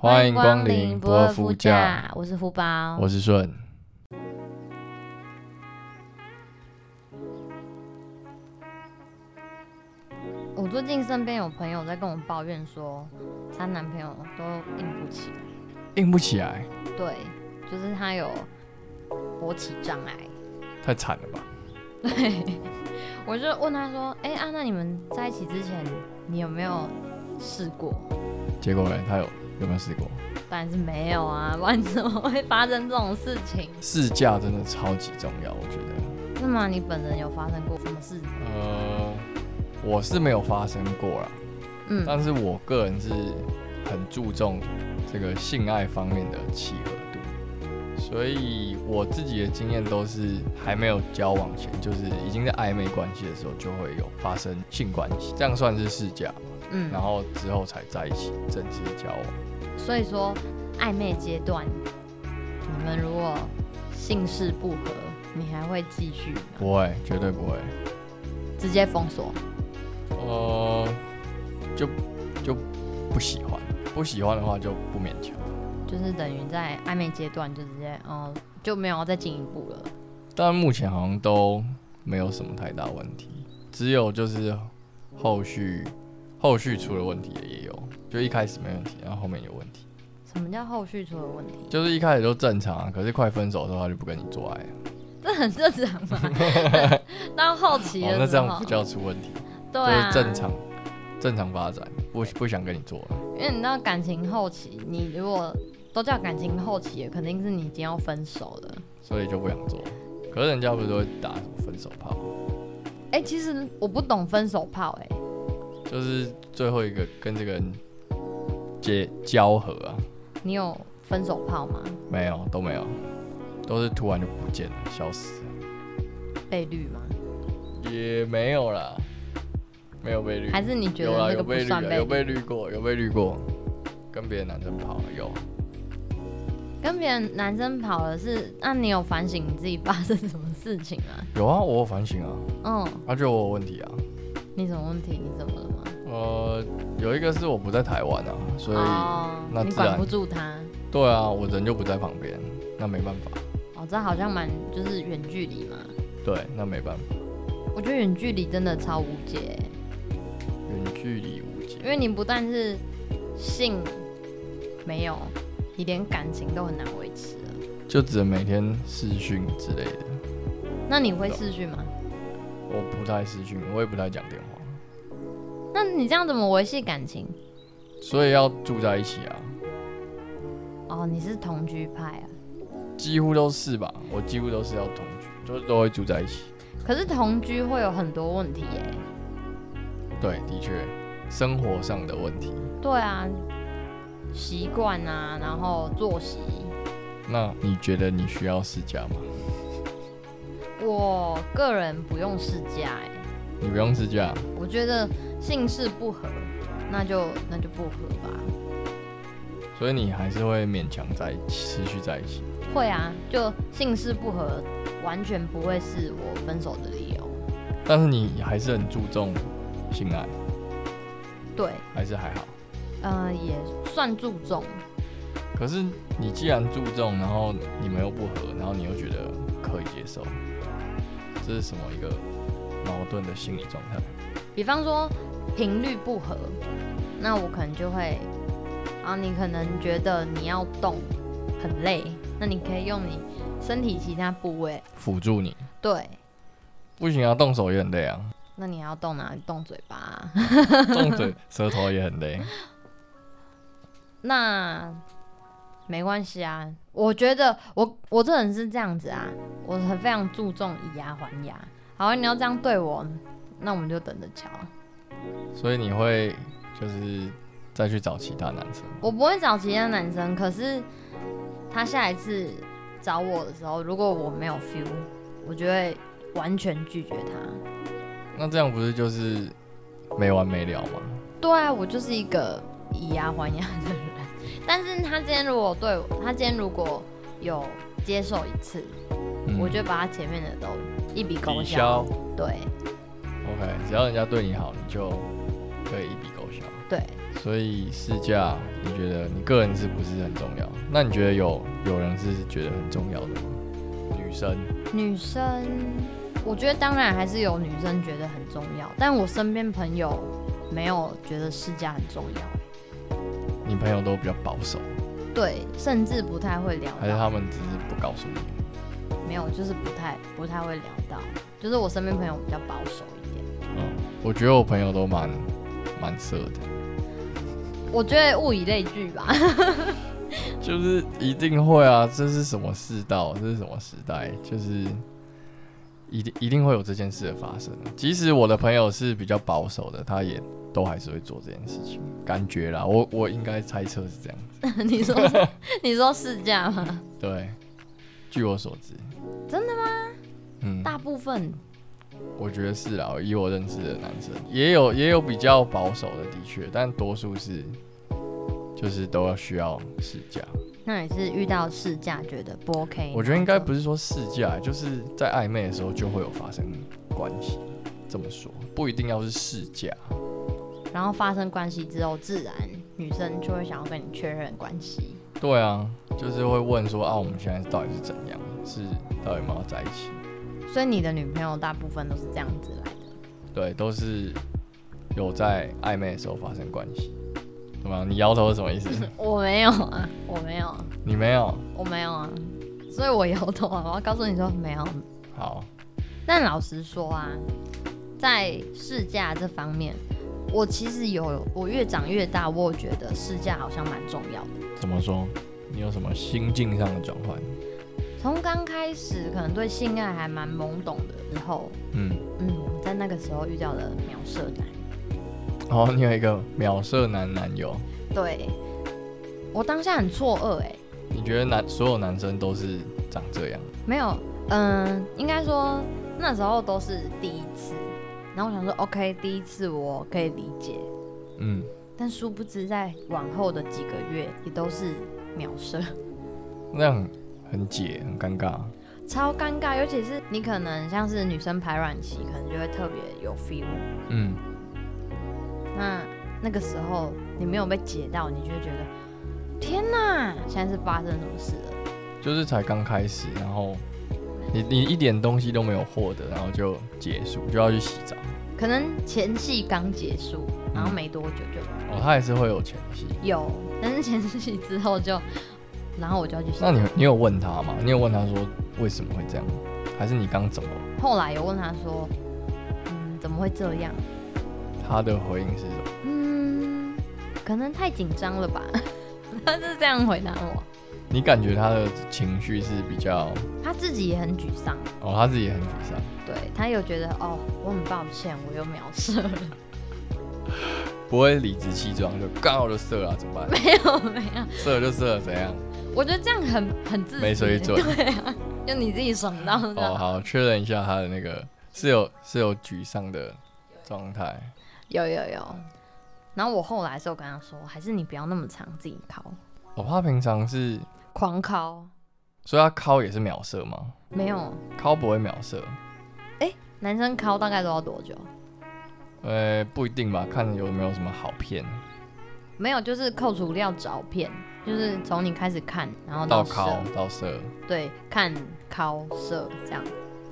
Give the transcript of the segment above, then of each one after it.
欢迎光临不二夫家，我是胡宝，我是顺。我最近身边有朋友在跟我抱怨说，她男朋友都硬不起来，硬不起来，对，就是她有勃起障碍。太惨了吧？我就问她说，哎、啊，那你们在一起之前，你有没有试过？结果呢？他有有没有试过当然是没有啊，不然怎么会发生这种事情？试驾？真的超级重要，我觉得。是吗？你本人有发生过什么事？呃，我是没有发生过啦，嗯，但是我个人是很注重这个性爱方面的契合度，所以我自己的经验都是还没有交往前，就是已经在暧昧关系的时候就会有发生性关系，这样算是试驾嘛，嗯然，后之后才在一起正式交往。所以说暧昧阶段，你们如果性事不合，你还会继续吗？不会，绝对不会。直接封锁？呃，就就不喜欢，不喜欢的话就不勉强。就是等于在暧昧阶段就直接，哦、就没有要再进一步了。但目前好像都没有什么太大问题，只有就是后续后续出了问题的也有，就一开始没问题，然后后面有问题，什么叫后续出了问题？就是一开始都正常啊，可是快分手的时候他就不跟你做爱了，这很正常 嘛。到后期哦，的那这时候，样不叫出问题，对就是啊，正常正常发展，不不想跟你做了。因为你知道感情后期，你如果都叫感情后期了，肯定是你已经要分手了。所以就不想做，可是人家不是都会打什么分手炮，哎、其实我不懂分手炮、哎，就是最后一个跟这个人结交合啊，你有分手炮吗？没有，都没有，都是突然就不见了，消失，被绿吗？也没有啦，没有被绿，还是你觉有啦，得那有个不被绿算啊，被有绿？被绿过，有被绿过，跟别的男生跑了，啊有，跟别人男生跑了是？那你有反省你自己发生什么事情吗？有啊，我有反省啊，嗯，他觉得我有问题啊，你什么问题？你怎么了吗？呃，有一个是我不在台湾啊，所以、哦那你自然管不住他。对啊，我人就不在旁边，那没办法，哦，这好像蛮就是远距离嘛。对，那没办法。我觉得远距离真的超无解欸，远距离无解因。为你不但是性没有，你连感情都很难维持了。就只能每天视讯之类的。那你会视讯吗？我不太视讯，我也不太讲电话，那你这样怎么维系感情？所以要住在一起啊，哦，你是同居派啊。几乎都是吧。我几乎都是要同居，就是都会住在一起。可是同居会有很多问题耶、对，的确，生活上的问题。对啊，习惯啊，然后作息。那你觉得你需要试驾吗？我个人不用试驾哎、你不用试驾，我觉得性事不合，那就那就不合吧。所以你还是会勉强在一起，持续在一起。会啊，就性事不合，完全不会是我分手的理由。但是你还是很注重性爱，对，还是还好。呃，也算注重，可是你既然注重，然后你们又不合，然后你又觉得可以接受，这是什么一个矛盾的心理状态？比方说频率不合，那我可能就会啊，你可能觉得你要动很累，那你可以用你身体其他部位，辅助你对，不行啊，动手也很累啊，那你要动哪里？动嘴巴啊、 动嘴舌头也很累。那没关系啊，我觉得我我这人是这样子啊，我很非常注重以牙还牙。好啊，你要这样对我，那我们就等着瞧。所以你会就是再去找其他男生吗，我不会找其他男生，可是他下一次找我的时候，如果我没有 feel，我就会完全拒绝他。那这样不是就是没完没了吗？对啊，我就是一个以牙还牙的人。但是他今天如果对我，他今天如果有接受一次，嗯我就把他前面的都一笔勾抵消。对 OK，只要人家对你好，你就可以一笔勾销。对，所以试驾，你觉得你个人是不是很重要？那你觉得有有人是觉得很重要的吗？女生，女生，我觉得当然还是有女生觉得很重要，但我身边朋友没有觉得试驾很重要，你朋友都比较保守，对，甚至不太会聊还是到，他们只是不告诉你？没有，就是不太不太会聊到，就是我身边朋友比较保守一点。嗯，我觉得我朋友都蛮蛮色的，我觉得物以类聚吧， 就是一定会啊，这是什么世道？这是什么时代？就是一定一定会有这件事的发生。啊即使我的朋友是比较保守的，他也都还是会做这件事情，感觉啦，我我应该猜测是这样。你 说你说试驾吗？对，据我所知，真的吗？嗯，大部分我觉得是啦，以我认识的男生，也有也有比较保守的，的确，但多数是就是都要需要试驾。那也是遇到试驾觉得不 OK，我觉得应该不是是说试驾，就是在暧昧的时候就会有发生关系。这么说不一定要是试驾，然后发生关系之后，自然女生就会想要跟你确认关系。对啊，就是会问说啊，我们现在到底是怎样？是到底有没有在一起？所以你的女朋友大部分都是这样子来的，对，都是有在暧昧的时候发生关系。怎么样？你摇头是什么意思？ 我没有啊，我没有啊，你没有？我没有啊，所以我摇头啊，我要告诉你说没有。好，但老实说啊，在试驾这方面，我其实有，我越长越大，我有觉得试驾好像蛮重要的。怎么说？你有什么心境上的转换？从刚开始可能对性爱还蛮懵懂的时候，嗯，嗯，在那个时候遇到了秒射男，哦，你有一个秒射男男友，对我当下很错愕哎、你觉得男所有男生都是长这样？没有，嗯、应该说那时候都是第一次，然后我想说 OK，第一次我可以理解，嗯，但殊不知在往后的几个月也都是秒射， 那样很很解，很尴尬。超尴尬，尤其是你可能像是女生排卵期，可能就会特别有 feel，嗯，那那个时候你没有被解到，你就会觉得天哪，现在是发生什么事了？就是才刚开始，然后你你一点东西都没有获得，然后就结束，就要去洗澡。可能前戏刚结束，然后没多久就。哦，他还是会有前戏。有，但是前戏之后就，然后我就要去洗那你你有问他吗？你有问他说为什么会这样？还是你刚怎么了？后来有问他说，嗯，怎么会这样？他的回应是什么？嗯，可能太紧张了吧。 他是这样回答我，你感觉他的情绪是比较他自己也很沮丧，哦，他自己也很沮丧。对他有觉得哦，我很抱歉，我又秒射了，不会理直气壮，就刚好就射了、怎么办？没有没有，射了就射了，怎样？我觉得这样很很自私没水准。对啊，就你自己爽到这样。哦，好，确认一下他的那个是有是有沮丧的状态，有有有。然后我后来的时候跟他说，还是你不要那么长，自己敲，哦，他平常是，狂敲，所以他敲也是秒射吗？没有敲不会秒射，男生敲大概都要多久？呃，不一定吧，看有没有什么好片没有，就是扣除掉照片，就是从你开始看，然后到射敲到射，对，看敲射这样，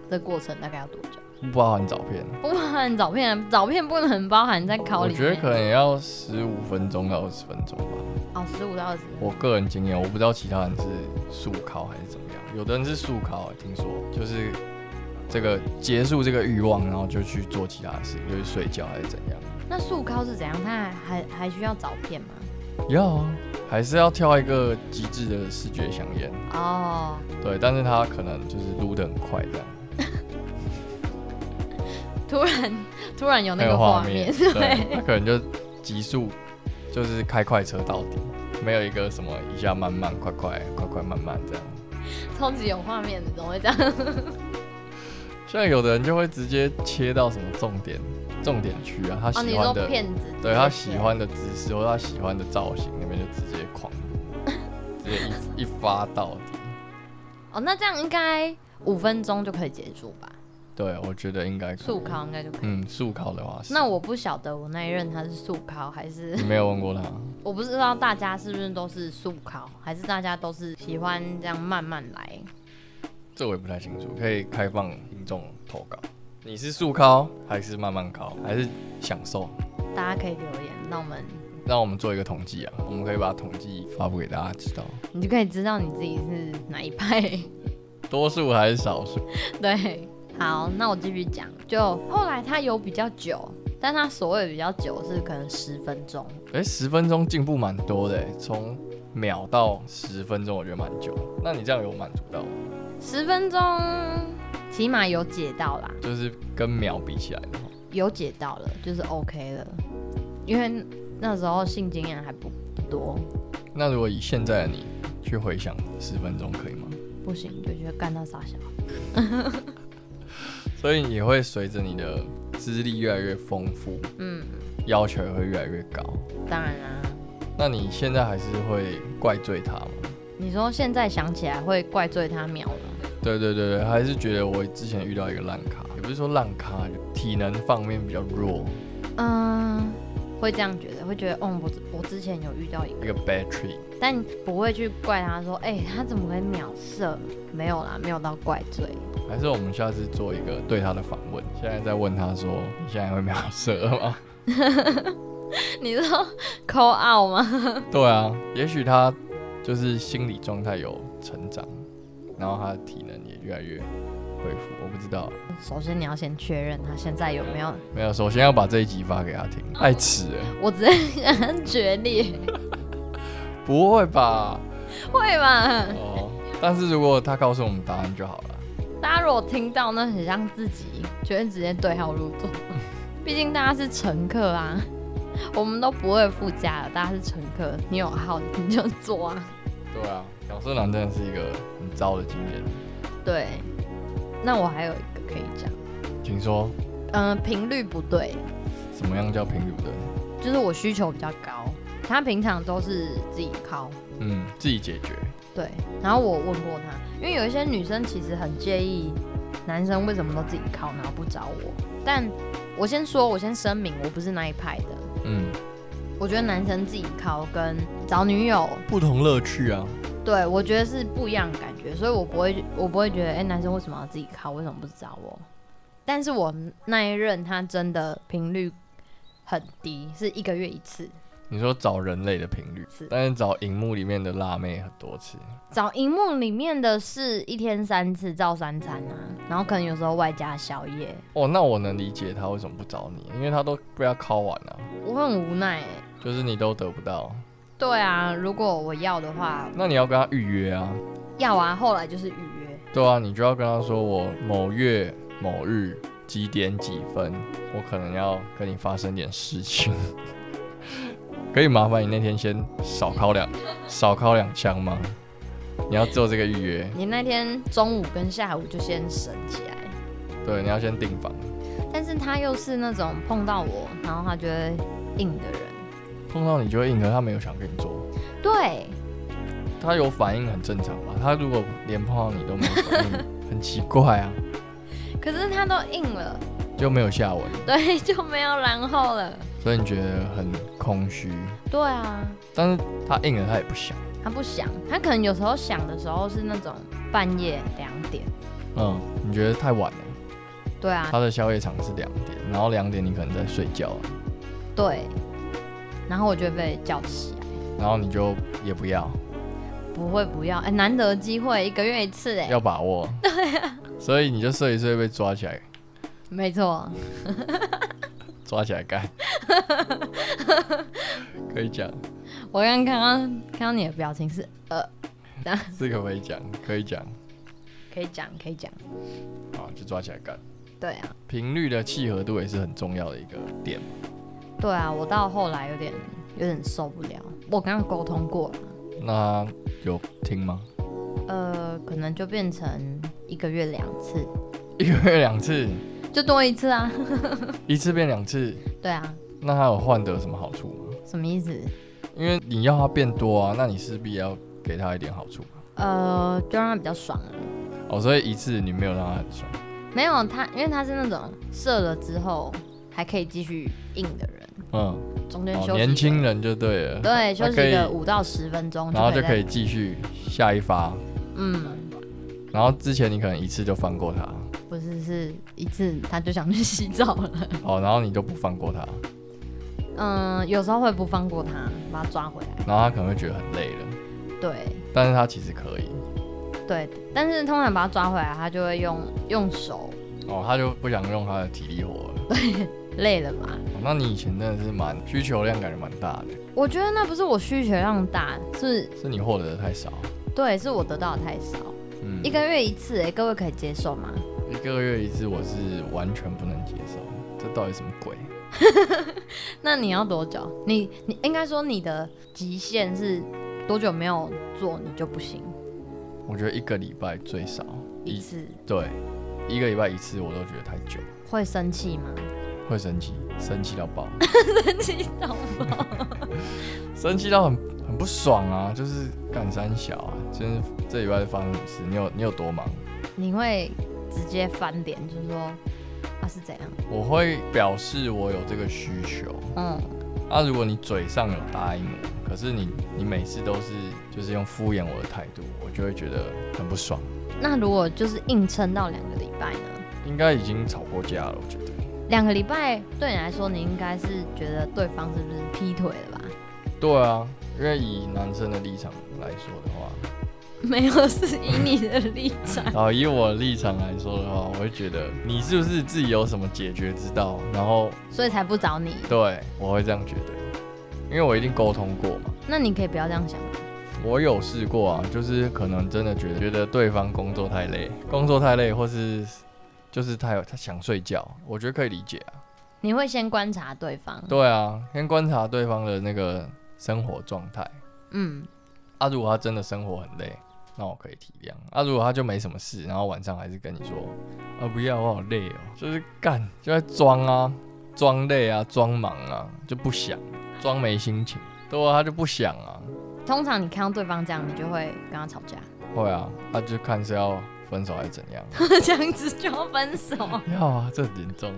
这过程大概要多久？不包含照片。不包含照片，照片不能包含在考我里面。觉得可能也要十五分钟到二十分钟吧。哦，十五到二十。我个人经验，我不知道其他人是速敲还是怎么样，有的人是速敲、听说就是这个结束这个欲望，然后就去做其他的事，就是睡觉还是怎样。那速敲是怎样？它还还还需要照片吗？要啊，还是要挑一个极致的视觉香烟。哦，对，但是他可能就是撸得很快这样，突然突然有那很有个画画面。对，他可能就急速，就是开快车到底，没有一个什么一下慢慢快快快快慢慢这样。 超级有画面的，怎么会 这样？像有的人就会直接切到什么重点重点区啊，他哦，喜你欢说的，骗子？对他喜。欢的姿势或者他喜欢的造型那边就直接 狂，直接一一发到底。哦，那这样应该五分钟就可以结束吧？对，我觉得应该可以速考应该就可以。嗯，速考的话是，那我不晓得我那一任他是速考还是 你没有问过他？我不知道大家是不是都是速考，还是大家都是喜欢这样慢慢来。这我也不太清楚，可以开放听众投稿。你是速考还是慢慢考，还是享受？大家可以留言，那我们让我们做一个统计啊，我们可以把统计发布给大家知道，你就可以知道你自己是哪一派。 多数还是少数？对，好，那我继续讲。就后来他有比较久，但他所谓比较久是可能十分钟。哎，十分钟进步蛮多的，从秒到十分钟，我觉得蛮久。那你这样有满足到吗？十分钟起码有解到啦，就是跟秒比起来的话，有解到了就是 OK 了，因为那时候性经验还不不多，那如果以现在的你去回想十分钟，可以吗？不行就觉得干到傻笑。所以你会随着你的资历越来越丰富，嗯，要求也会越来越高。当然啊啦、那你现在还是会怪罪他吗？你说现在想起来会怪罪他秒了，对对对对，还是觉得我之前遇到一个烂咖，也不是说烂咖，就体能方面比较弱，嗯，会这样觉得，会觉得，嗯，我我之前有遇到一个，一个 battery。但不会去怪他说，哎、他怎么可以秒射？没有啦，没有到怪罪。还是我们下次做一个对他的访问，现在再问他说，你现在会秒射 吗？你说 call out 吗？对啊，也许他就是心理状态有成长，然后他的体能也越来越恢复，我不知道。首先你要先确认他现在有没有，没有，首先要把这一集发给他听，爱吃哎、我直接跟他 决裂，不会吧？会吧？哦，但是如果他告诉我们答案就好了。大家如果听到，那很像自己，就会直接对号入座。毕竟大家是乘客啊， 我们都不会附加的，大家是乘客，你有号你就坐啊。对啊，小色狼真的是一个很糟的经验，对，那我还有一个可以讲，请说嗯、频率不对，什么样叫频率不对？就是我需求比较高，他平常都是自己靠。嗯，自己解决。对，然后我问过他，因为有一些女生其实很介意男生为什么都自己靠，然后不找我。但我先说，我先声明，我不是那一派的。嗯，我觉得男生自己靠跟找女友，不同乐趣啊。对我觉得是不一样的感觉，所以我不会，我不会觉得，哎、男生为什么要自己靠，为什么不找我？但是我那一任他真的频率很低，是一个月一次。你说找人类的频率是，但是找荧幕里面的辣妹很多次。找荧幕里面的是一天三次，照三餐啊，然后可能有时候外加宵夜，哦，那我能理解他为什么不找你，因为他都被他敲完了、我很无奈、欸。就是你都得不到，对啊，如果我要的话，那你要跟他预约啊。要啊，后来就是预约。对啊，你就要跟他说我某月某日几点几分，我可能要跟你发生点事情， 可以麻烦你那天先少敲两少敲两枪吗？你要做这个预约，你那天中午跟下午就先省起来，对，你要先订房。但是他又是那种碰到我，然后他就会硬的人。碰到你就会硬，可是他没有想跟你做，对，他有反应很正常吧？他如果连碰到你都没有反应，很奇怪啊， 可是他都硬了，就没有下文，对，就没有然后了。所以你觉得很空虚。对啊，但是他硬了，他也不想，他不想，他可能有时候想的时候是那种半夜两点。嗯，你觉得太晚了。对啊，他的宵夜场是两点，然后两点你可能在睡觉啊，对，然后我就被叫起来。然后你就也不要，不会不要，哎、难得机会，一个月一次，哎，要把握。对啊。所以你就睡一睡被抓起来，没错，抓起来 干。可以讲，我刚刚刚看到你的表情是呃，这个可以讲，可以讲，可以讲可以讲，啊，就抓起来干。对啊频率的契合度也是很重要的一个点。对啊，我到后来有点有点受不了，我刚刚沟通过了，那有听吗？ 呃，可能就变成一个月两次，一个月两次，就多一次啊， 一次变两次，对啊，那他有换得什么好处吗？什么意思？因为你要他变多啊，那你势必要给他一点好处嘛。呃，就让他比较爽啊，哦，所以一次你没有让他很爽。没有他，因为他是那种射了之后还可以继续硬的人，嗯，中间哦休息、年轻，人就对了，对，他休息可以个五到十分钟，然后就就可以以再，继续下一发，嗯，然后之前你可能一次就放过他，不是是一次他就想去洗澡了，哦，然后你就不放过他，嗯，有时候会不放过他，把他抓回来，然后他可能会觉得很累了，对但是他其实可以，对，但是通常把他抓回来，他就会用用手，哦，他就不想用他的体力活了。累了嘛，哦那你以前真的是蛮需求量感觉蛮大的，我觉得那不是我需求量大，是是你获得的太少。对，是我得到的太少，嗯，一个月一次、哎，各位可以接受吗？一个月一次，我是完全不能接受，这到底什么鬼？那你要多久？你你应该说你的极限是多久没有做你就不行我觉得一个礼拜最少一，次，对，一个礼拜一次我都觉得太久，会生气吗？会生气，生气到爆，生气到爆！生气到很很不爽啊，就是干三小啊，真是这礼拜发生什么事？你有你有多忙？你会直接翻脸，就是说啊是怎样？我会表示我有这个需求，嗯，那、如果你嘴上有答应我，可是你你每次都是就是用敷衍我的态度，我就会觉得很不爽。那如果就是硬撑到两个礼拜呢？应该已经吵过架了，我觉得。两个礼拜对你来说，你应该是觉得对方是不是劈腿了吧？对啊，因为以男生的立场来说的话， 没有，是以你的立场。然后以我的立场来说的话，我会觉得你是不是自己有什么解决之道？然后所以才不找你。对我会这样觉得，因为我一定沟通过嘛。那你可以不要这样想吗。我有试过啊，就是可能真的觉得觉得对方工作太累，工作太累，或是就是他有他想睡觉，我觉得可以理解啊。你会先观察对方，对啊，先观察对方的那个生活状态。嗯，啊，如果他真的生活很累，那我可以体谅。啊，如果他就没什么事，然后晚上还是跟你说，啊，不要，我好累哦，就是干就在装啊，装累啊，装忙啊，就不想，装没心情。对啊，他就不想啊，通常你看到对方这样，你就会跟他吵 架，会啊，他、就看是要分手还是怎 样。这样子就要分手。要啊，这很严重，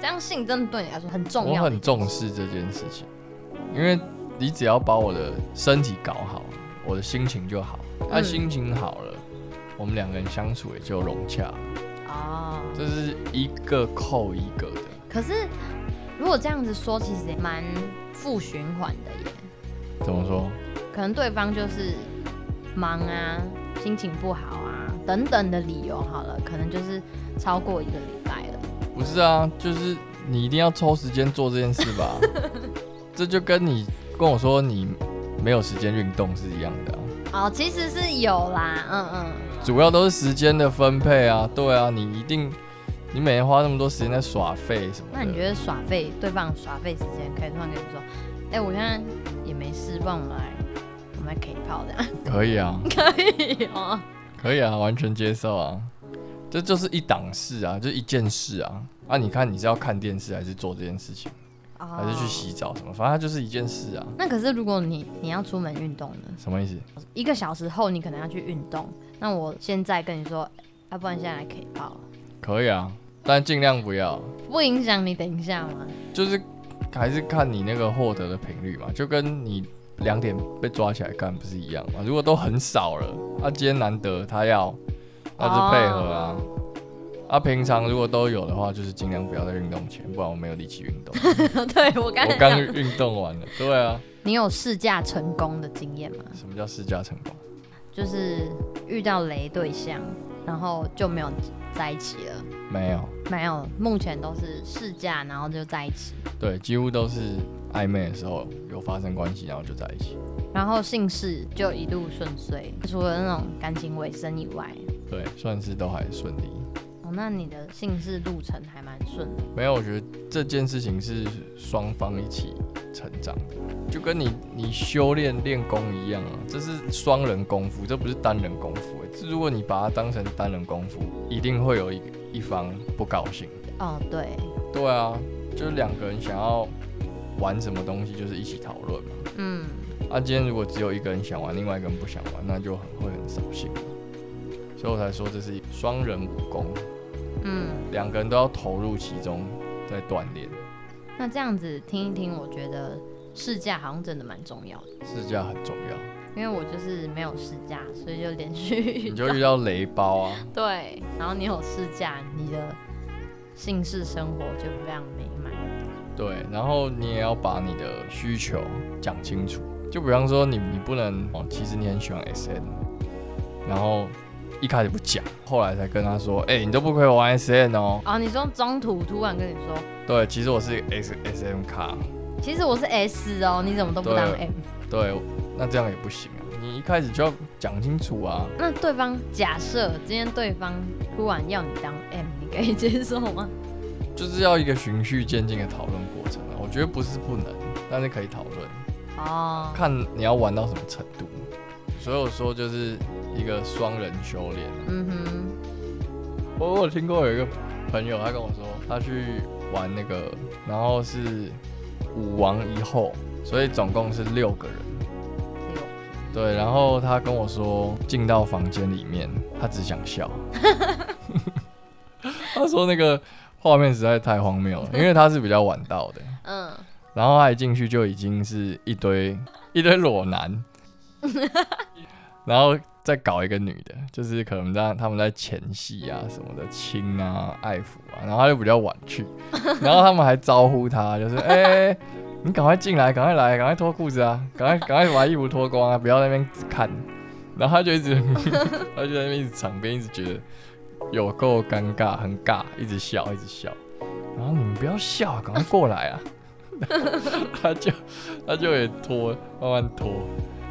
这样性真的对你来说很重我要的很重视这件事情，因为你只要把我的身体搞好，我的心情就好。他、嗯心情好了，我们两个人相处也就融洽了。哦。这是一个扣一个的，可是如果这样子说，其实也蛮负循环的耶。怎么说？可能对方就是忙啊，心情不好啊等等的理由，好了，可能就是超过一个礼拜了。不是啊，就是你一定要抽时间做这件事 吧。这就跟你跟我说你没有时间运动是一样的啊、哦，其实是有啦，嗯嗯，主要都是时间的分配啊。对啊，你一定你每天花那么多时间在耍废什么的。那你觉得耍废，对方耍废时间可以突然跟你说，哎、我现在也没事，帮我们来，我们来 K 泡这样可以啊？可以 哦。可以啊，完全接受啊。这就是一档事啊，就一件事啊。啊，你看你是要看电视还是做这件事情，哦还是去洗澡什么？反正它就是一件事啊。那可是如果你你要出门运动呢，什么意思？一个小时后你可能要去运动，那我现在跟你说，要、不然现在来 K 泡，可以啊，但尽量不要，不影响你等一下吗？ 就是还是看你那个获得的频率嘛，就跟你两点被抓起来干不是一样嘛。如果都很少了，啊，今天难得他要，那就配合啊。啊，平常如果都有的话，就是尽量不要在运动前，不然我没有力气运动。对我刚才我刚讲运动完了，对啊。你有试驾成功的经验吗？什么叫试驾成功？就是遇到雷对象，然后就没有在一起了。没有，没有，目前都是试驾，然后就在一起，对，几乎都是暧昧的时候有发生关系，然后就在一起。然后姓氏就一路顺遂，除了那种感情尾声以外，对，算是都还顺利。哦，那你的姓氏路程还蛮顺的，没有，我觉得这件事情是双方一起成长的，就跟你你修炼练功一样啊，这是双人功夫，这不是单人功夫、欸。这如果你把它当成单人功夫，一定会有一一方不高兴。哦，对，对啊，就是两个人想要玩什么东西，就是一起讨论嘛。嗯，啊，今天如果只有一个人想玩，另外一个人不想玩，那就很会很扫兴。所以我才说这是双人武功，嗯，两个人都要投入其中，在锻炼，那这样子听一听，我觉得试驾好像真的蛮重要的，试驾很重要。因为我就是没有试驾，所以就连续你就遇到雷包啊， 对，然后你有试驾，你的姓氏生活就非常美满。对，然后你也要把你的需求讲清楚。就比方说你，你不能哦，其实你很喜欢 S N，然后一开始不讲，后来才跟他说，哎、你都不可以玩 S N 哦。哦，你说中途突然跟你说，对，其实我是 S S M 卡，其实我是 S 哦，你怎么都不当对 M？对，那这样也不行啊。你一开始就要讲清楚啊。那对方假设今天对方突然要你当 M，你可以接受吗？就是要一个循序渐进的讨论过程啊。我觉得不是不能，但是可以讨论，哦，看你要玩到什么程度。所以我说就是一个双人修炼、啊。嗯哼，我我有听过有一个朋友，他跟我说他去玩那个，然后是五王一后，所以总共是六个人。有对，然后他跟我说进到房间里面，他只想笑。他说那个画面实在太荒谬了，因为他是比较晚到的。嗯， 然后他一进去就已经是一堆 一堆裸男，然后再搞一个女的，就是可能在他们在前戏啊什么的亲啊爱抚啊，然后他就比较晚去，然后他们还招呼他，就是哎、欸你赶快进来，赶快来，赶快脱裤子啊，赶快赶快把衣服脱光啊，不要在那边看。然后他就一直， 他就在那边一直场边一直觉得有够尴尬，很尬，一直笑，一直笑。然后你们不要笑啊，赶快过来啊！他就他就也拖，慢慢拖。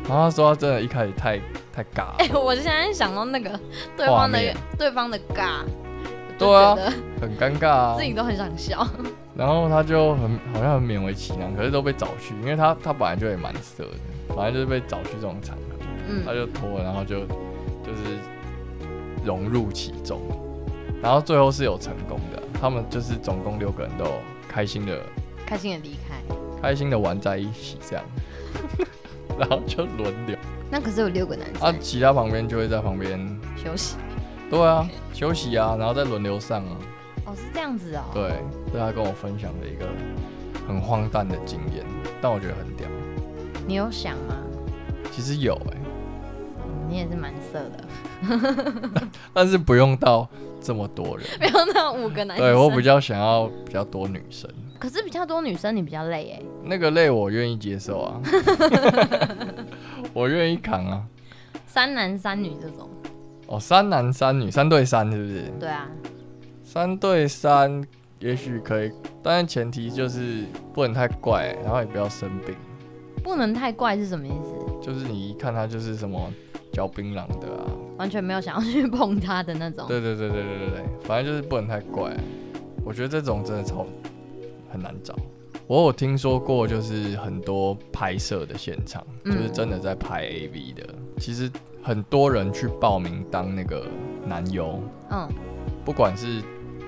然后他说他真的一开始太太尬了，哎、我现在想到那个对画方的面对方的尬，我就对啊觉得很尴尬啊自。己都很想笑。然后他就很好像很勉为其难，可是都被找去，因为他他本来就也蛮色的，反正就是被找去这种场合，他嗯，就拖，然后就就是融入其中。然后最后是有成功的，他们就是总共六个人都有开心的开心的离开。开心的玩在一起这样， 然后就轮流那可是有六个男生、啊，其他旁边就会在旁边休息。对啊，休息啊，然后再轮流上啊。哦，是这样子哦。对，这是他跟我分享的一个很荒诞的经验，但我觉得很屌。你有想吗？其实有哎、嗯你也是蛮色的，但是不用到这么多人。没有那五个男生。对我比较想要比较多女生，可是比较多女生，你比较累哎。那个累我愿意接受啊，我愿意扛啊。三男三女这种，哦，三男三女，三对三是不是？对啊，三对三也许可以，但是前提就是不能太怪、欸然后也不要生病。不能太怪是什么意思？就是你一看他就是什么嚼槟榔的啊，完全没有想要去 碰他的那种。对对对对对对对，反正就是不能太怪。啊我觉得这种真的超很难找。我有听说过，就是很多拍摄的现场，就嗯是真的在拍 AV 的，其实很多人去报名当那个男优，嗯，不管是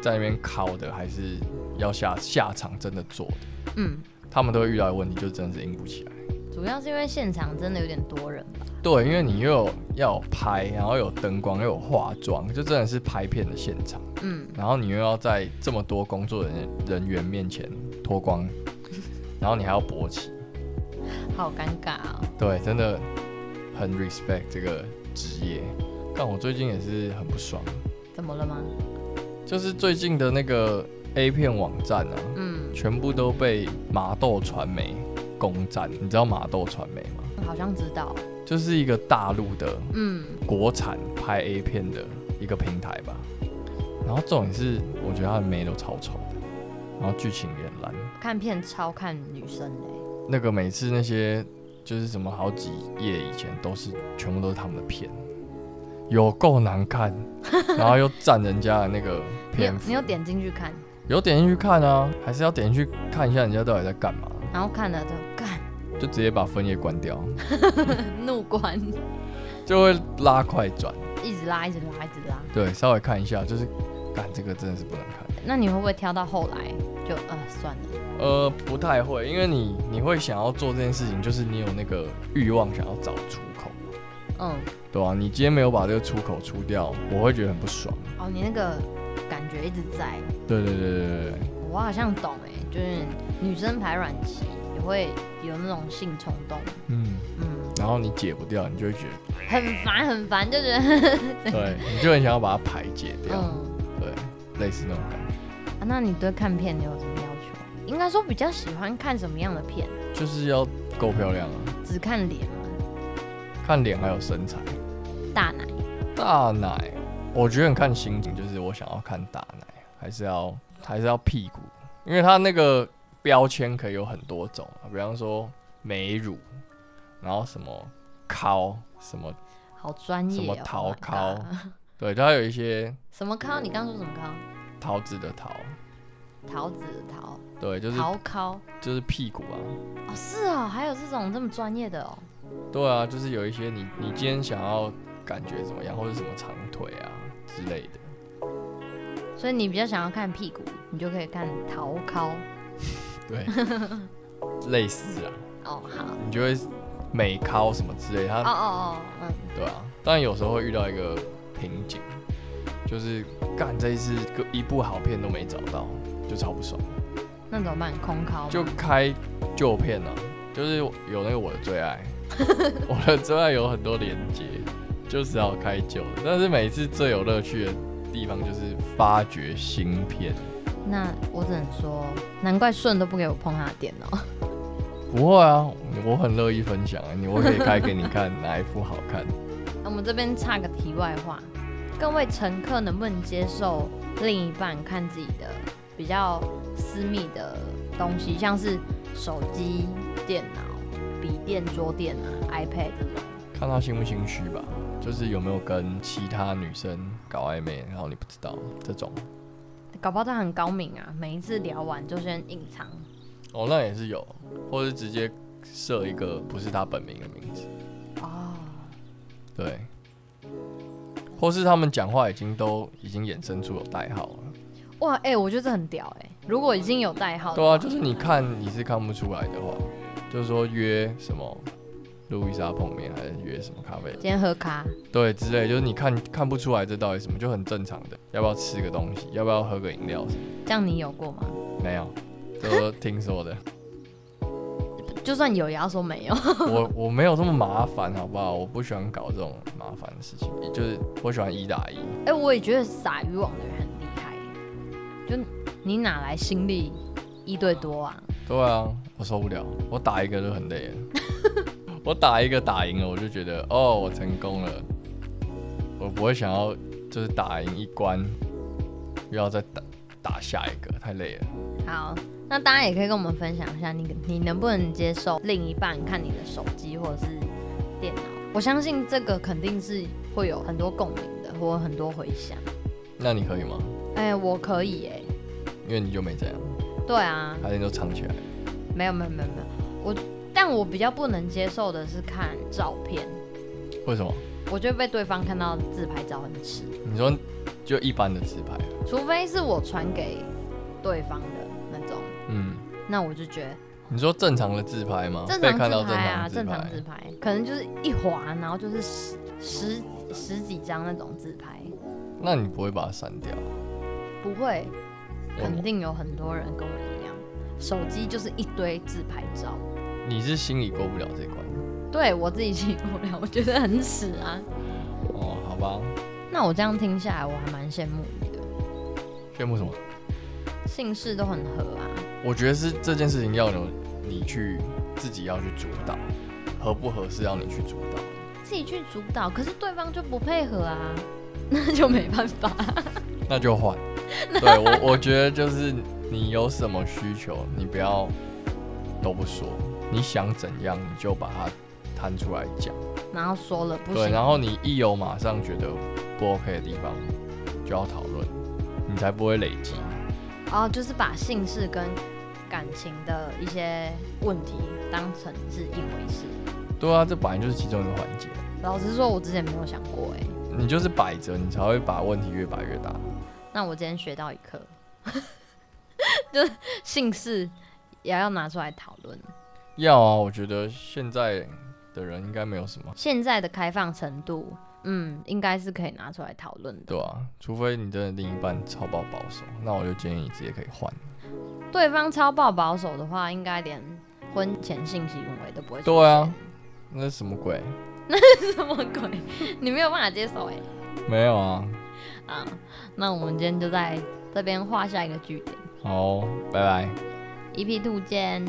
在那边考的，还是要下下场真的做的，嗯，他们都会遇到的问题，就真的是硬不起来。主要是因为现场真的有点多人吧。对，因为你又有要有拍，然后又有灯光，又有化妆，就真的是拍片的现场。嗯，然后你又要在这么多工作人人员面前脱光，然后你还要勃起，好尴尬哦。对，真的很 respect 这个职业。但我最近也是很不爽，怎么了吗？就是最近的那个 A 片网站啊，嗯，全部都被麻豆传媒攻占。你知道麻豆传媒吗？好像知道。哦就是一个大陆的嗯，国产拍 A 片的一个平台吧。然后重点是，我觉得它的眉都超丑的，然后剧情也很烂。看片超看女生的欸。那个每次那些就是什么好几页以前都是全部都是他们的片，有够难看，然后又占人家的那 个你有篇幅。你有点进去看，有点进去看啊，还是要点进去看一下人家到底在干嘛，然后看了就干就直接把分页关掉，怒关，就会拉快转。一直拉，一直拉，一直拉。对，稍微看一下，就是干这个真的是不能看。那你会不会挑到后来就呃算了？呃，不太会，因为你你会想要做这件事情，就是你有那个欲望想要找出口，嗯，对啊，你今天没有把这个出口出掉，我会觉得很不爽。哦，你那个感觉一直在。对对对对对对，我好像懂哎、就是女生排卵期也会有那种性冲动，嗯，嗯，然后你解不掉，你就会觉得，很烦很烦，就觉得 对，你就很想要把它排解掉，嗯、对，类似那种感觉，啊那你对看片你有什么要求？应该说比较喜欢看什么样的片？就是要够漂亮啊，只看脸吗？看脸还有身材，大奶？大奶，我觉得很看心情，就是我想要看大奶，还是要还是要屁股，因为它那个标签可以有很多种啊，比方说美乳，然后什么尻，什么好专什业么哦！桃 Oh my god 对，它有一些什么尻？你刚说什么尻？桃子的桃，桃子的桃，对，就是桃尻。就是屁股啊，哦，是哦，还有这种这么专业的哦。对啊，就是有一些你你今天想要感觉怎么样，或者什么长腿啊之类的，所以你比较想要看屁股，你就可以看桃尻。对，类似啊，哦，好，你就会美尻什么之类，它哦哦哦，嗯，对啊，但有时候会遇到一个瓶颈，就是干这一次个一部好片都没找到，就超不爽，那怎么办？空尻吗就开旧片啊，就是有那个我的最爱，我的最爱有很多连接，就是要开旧的，但是每次最有乐趣的地方就是发掘新片，那我只能说，难怪顺都不给我碰他的电脑。不会啊，我很乐意分享啊，你我可以开给你看哪一部好看， 那我们这边插个题外话，各位乘客能不能接受另一半看自己的比较私密的东西，像是手机、电脑、笔电、桌垫啊、iPad 这种？看他心不心虚吧。就是有没有跟其他女生搞暧昧，然后你不知道这种。搞不好他很高明啊，每一次聊完就先隐藏。哦，那也是有，或是直接设一个不是他本名的名字，哦，对，或是他们讲话已经都已经衍生出有代号了，哇，哎、我觉得这很屌哎、如果已经有代号的对啊，话，就是你看你是看不出来的话，就是说约什么路易莎碰面，还是约什么咖啡，今天喝咖，对，之类，就是你看看不出来这到底什么，就很正常的，要不要吃个东西，要不要喝个饮料什么，这样你有过吗？没有，都听说的，就算有，也要说没有。我我没有这么麻烦，好不好？我不喜欢搞这种麻烦的事情，就是我喜欢一打一。哎、我也觉得撒渔网的人很厉害，就你哪来心力一对多啊？对啊，我受不了，我打一个就很累了。 我打一个打赢了，我就觉得哦，我成功了。我不会想要就是打赢一关，又要再打打下一个，太累了。好，那大家也可以跟我们分享一下你，你能不能接受另一半看你的手机或者是电脑？我相信这个肯定是会有很多共鸣的，或很多回响。那你可以吗？哎、我可以哎、因为你就没这样，对啊，还是都藏起来。没有没有没有没有，我但我比较不能接受的是看照片，为什么？我觉得被对方看到自拍照很吃，你说就一般的自拍，啊除非是我传给对方的那种。嗯，那我就觉得你说正常的自拍吗？正哦被常看到自正拍啊，常自正常拍自，拍，可能就是一滑，然后就是十十十几张那种自拍，那你不会把它删掉？不会，为什肯么定有很多人跟我一样，手机就是一堆自拍照。你是心里过不了这关。对我自己记不了，我觉得很耻啊。 哦，好吧，那我这样听下来，我还蛮羡慕你的，羡慕什么？姓氏都很合啊。我觉得是这件事情要有你去自己要去主导，合不合适要你去主导。自己去主导，可是对方就不配合啊， 那就没办法。 那就换。对我，我觉得就是你有什么需求，你不要都不说，你想怎样你就把它摊出来讲。然后说了不对，行，然后你一有马上觉得不 OK 的地方，就要讨论，你才不会累积。哦，就是把姓氏跟感情的一些问题当成是一回事。对啊，这本来就是其中一个环节，老实说，我之前没有想过哎、你就是摆着，你才会把问题越摆越大。那我今天学到一课， 就是姓氏也要拿出来讨论。要啊，我觉得现在的人应该没有什么。现在的开放程度，嗯，应该是可以拿出来讨论的。对啊，除非你真的另一半超爆保守，那我就建议你直接可以换。对方超爆保守的话，应该连婚前性行为都不会出对啊那是什么鬼？现， 什么鬼？你没有办法接受哎、没有啊。啊，那我们今天就在这边画下一个句点好，拜拜。 ，EP two 见。